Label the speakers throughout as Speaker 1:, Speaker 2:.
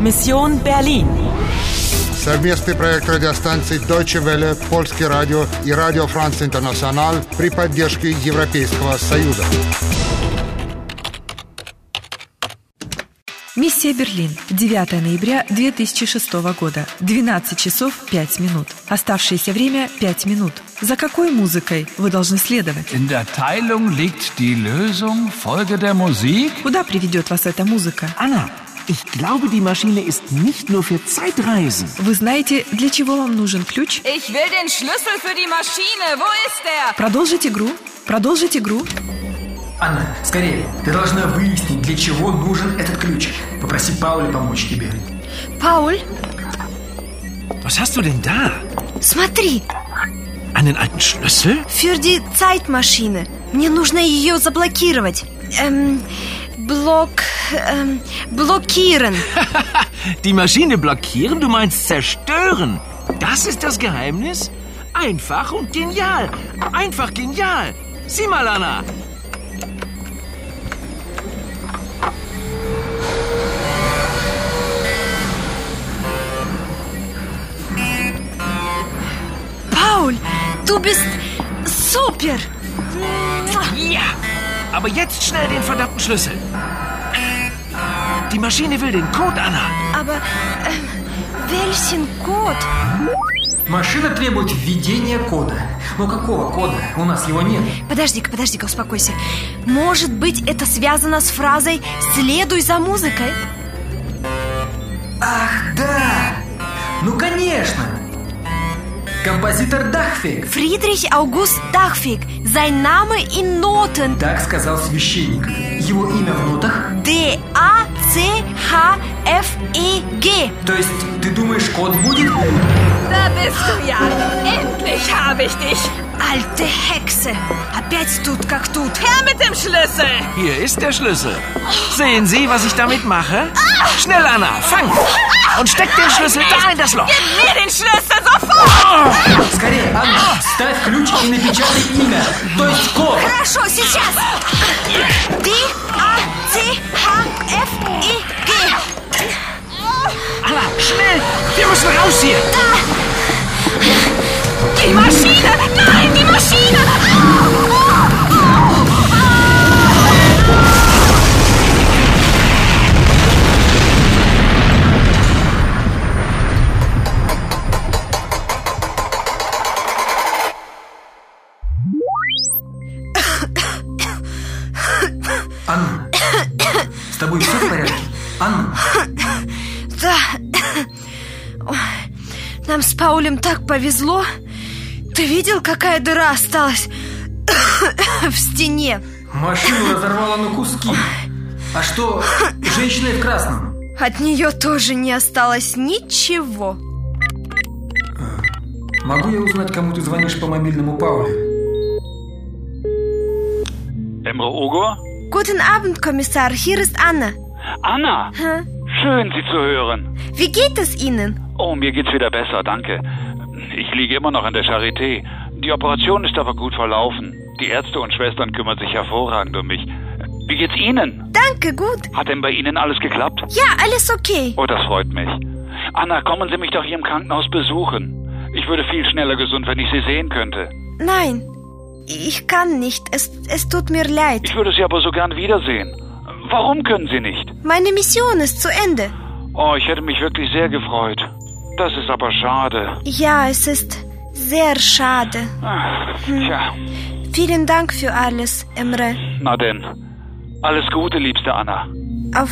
Speaker 1: Mission Berlin.
Speaker 2: Совместный проект радиостанций Deutsche Welle, Польский радио и Радио Франц Интернационал при поддержке Европейского Союза.
Speaker 3: Миссия Берлин. 9 ноября 2006 года. 12 часов 5 минут. Оставшееся время 5 минут. За какой музыкой вы должны следовать?
Speaker 4: In der Teilung liegt die Lösung. Folge der Musik.
Speaker 3: Куда приведет вас эта музыка? А?
Speaker 5: Anna, Ah, ich glaube, die Maschine ist nicht nur für Zeitreisen.
Speaker 3: Вы знаете, для чего вам нужен ключ?
Speaker 6: Ich will den Schlüssel für die Maschine. Wo ist er?
Speaker 3: Продолжить игру. Продолжить игру.
Speaker 7: Анна, скорее, ты должна выяснить, для чего нужен этот ключ. Попроси Пауля помочь тебе.
Speaker 8: Paul,
Speaker 5: Was hast du denn da?
Speaker 8: смотри,
Speaker 5: Einen alten Schlüssel?
Speaker 8: für die Zeitmaschine. Мне нужно ее заблокировать. Эм, блок... Эм, блокирован.
Speaker 5: Die Maschine blockieren? Du meinst zerstören? Das ist das Geheimnis? Einfach und genial. Einfach genial. Sieh mal, Anna.
Speaker 8: Paul, du bist супер!
Speaker 5: Ja, aber jetzt schnell den verdammten Schlüssel. Die Maschine will den Code, Anna.
Speaker 8: Aber эм, welchen код?
Speaker 7: Машина требует введения кода. Но какого кода? У нас его нет.
Speaker 8: Подожди-ка, подожди-ка, успокойся. Может быть, это связано с фразой «следуй за музыкой»?
Speaker 7: Ах, да! Ну, конечно! Композитор Дахфиг.
Speaker 8: Фридрих Аугуст Дахфиг. Sein Name in Noten.
Speaker 7: Так сказал священник. Его имя в нотах?
Speaker 8: Д А Ц Х Ф И Г.
Speaker 7: То есть, ты думаешь, код будет?
Speaker 6: Da bist du ja. Endlich habe ich dich.
Speaker 8: Alte Hexe. Опять тут как тут.
Speaker 6: Her mit dem Schlüssel.
Speaker 5: Hier ist der Schlüssel. Sehen Sie, was ich damit mache? Schnell, Anna, fang! Und steck den Schlüssel da in das Loch.
Speaker 6: Mir den Schlüssel sofort.
Speaker 7: Скорее, Анна, ставь ключ и напечатай имя. То есть код.
Speaker 8: Хорошо, сейчас. Д А Ц Х Ф И Г.
Speaker 5: Anna, schnell! Wir müssen raus hier!
Speaker 6: Die Maschine. Nein, die Maschine.
Speaker 7: Анна, с тобой все в порядке? Анна,
Speaker 8: Да. Ой, Нам с Паулем так повезло. Ты видел, какая дыра осталась в стене?
Speaker 7: машину разорвала на куски. А что с женщиной в красном?
Speaker 8: От нее тоже не осталось ничего.
Speaker 7: Могу я узнать, кому ты звонишь по мобильному Пауле?
Speaker 9: Emre Ogur?
Speaker 8: Guten Abend, Kommissar. Hier ist Anna.
Speaker 9: Anna!
Speaker 8: Hä?
Speaker 9: Schön, Sie zu hören.
Speaker 8: Wie geht es Ihnen?
Speaker 9: Oh, mir geht's wieder besser, danke. Ich liege immer noch an der Charité. Die Operation ist aber gut verlaufen. Die Ärzte und Schwestern kümmern sich hervorragend um mich. Wie geht's Ihnen?
Speaker 8: Danke, gut.
Speaker 9: Hat denn bei Ihnen alles geklappt?
Speaker 8: Ja, alles okay.
Speaker 9: Oh, das freut mich. Anna, kommen Sie mich doch hier im Krankenhaus besuchen. Ich würde viel schneller gesund, wenn ich Sie sehen könnte.
Speaker 8: Nein, ich kann nicht. Es, es tut mir leid.
Speaker 9: Ich würde Sie aber so gern wiedersehen. Warum können Sie nicht?
Speaker 8: Meine Mission ist zu Ende.
Speaker 9: Oh, ich hätte mich wirklich sehr gefreut. Das ist aber schade.
Speaker 8: Ja, es ist sehr schade.
Speaker 9: Ah, Tja,
Speaker 8: Vielen Dank für alles, Emre.
Speaker 9: na denn. Alles Gute, liebste Anna.
Speaker 8: Auf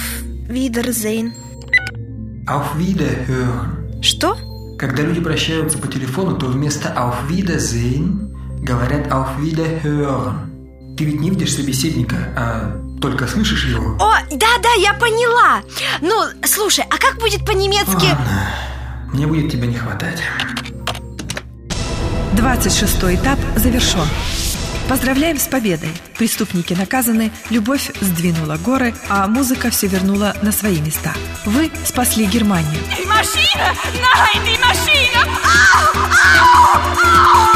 Speaker 8: Wiedersehen.
Speaker 7: Auf Wiederhören.
Speaker 8: Что?
Speaker 7: Когда люди прощаются по телефону, то вместо Auf Wiedersehen говорят Auf Wiederhören. Ты ведь не видишь собеседника, а только слышишь его.
Speaker 8: О, да-да, я поняла. Ну, слушай, а как будет по-немецки?
Speaker 7: Мне будет тебя не хватать.
Speaker 3: 26 этап завершен. Поздравляем с победой. Преступники наказаны, любовь сдвинула горы, а музыка все вернула на свои места. Вы спасли Германию.
Speaker 6: Die Maschine. Nein, die Maschine. Au, au, au.